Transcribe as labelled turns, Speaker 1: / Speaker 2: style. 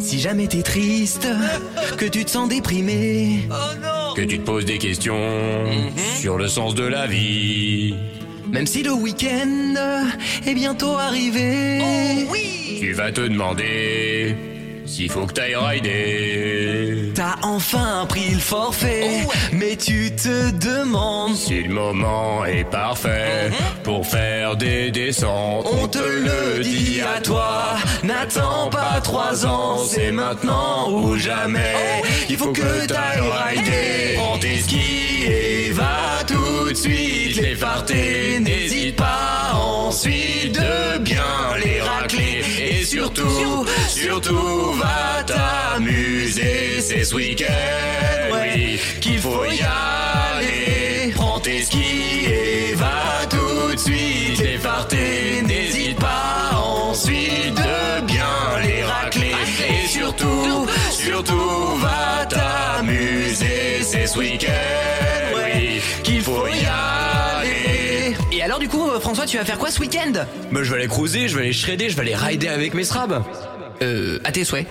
Speaker 1: Si jamais t'es triste, que tu te sens déprimé,
Speaker 2: Que tu te poses des questions sur le sens de la vie.
Speaker 1: même si le week-end est bientôt arrivé.
Speaker 2: Tu vas te demander s'il faut que t'ailles rider.
Speaker 1: T'as enfin pris le forfait, mais tu te demandes.
Speaker 2: Si le moment est parfait pour faire des descentes,
Speaker 1: On te le dit à toi, n'attends pas trois ans, c'est maintenant ou jamais. Il Oh faut que t'ailles rider, prends tes skis et va tout de suite les farter. N'hésite pas ensuite de bien les racler. Et surtout, surtout va t'amuser, c'est ce week-end, oui, qu'il faut y aller. Prends tes skis et va tout de suite les farter. N'hésite pas ensuite de bien les racler. Et surtout, surtout va t'amuser, c'est ce week-end, oui, qu'il faut y aller. Et alors du coup, François, tu vas faire quoi ce week-end
Speaker 3: Bah, je vais aller cruiser, je vais aller shredder, je vais aller rider avec mes strabs.
Speaker 1: Euh, à tes souhaits.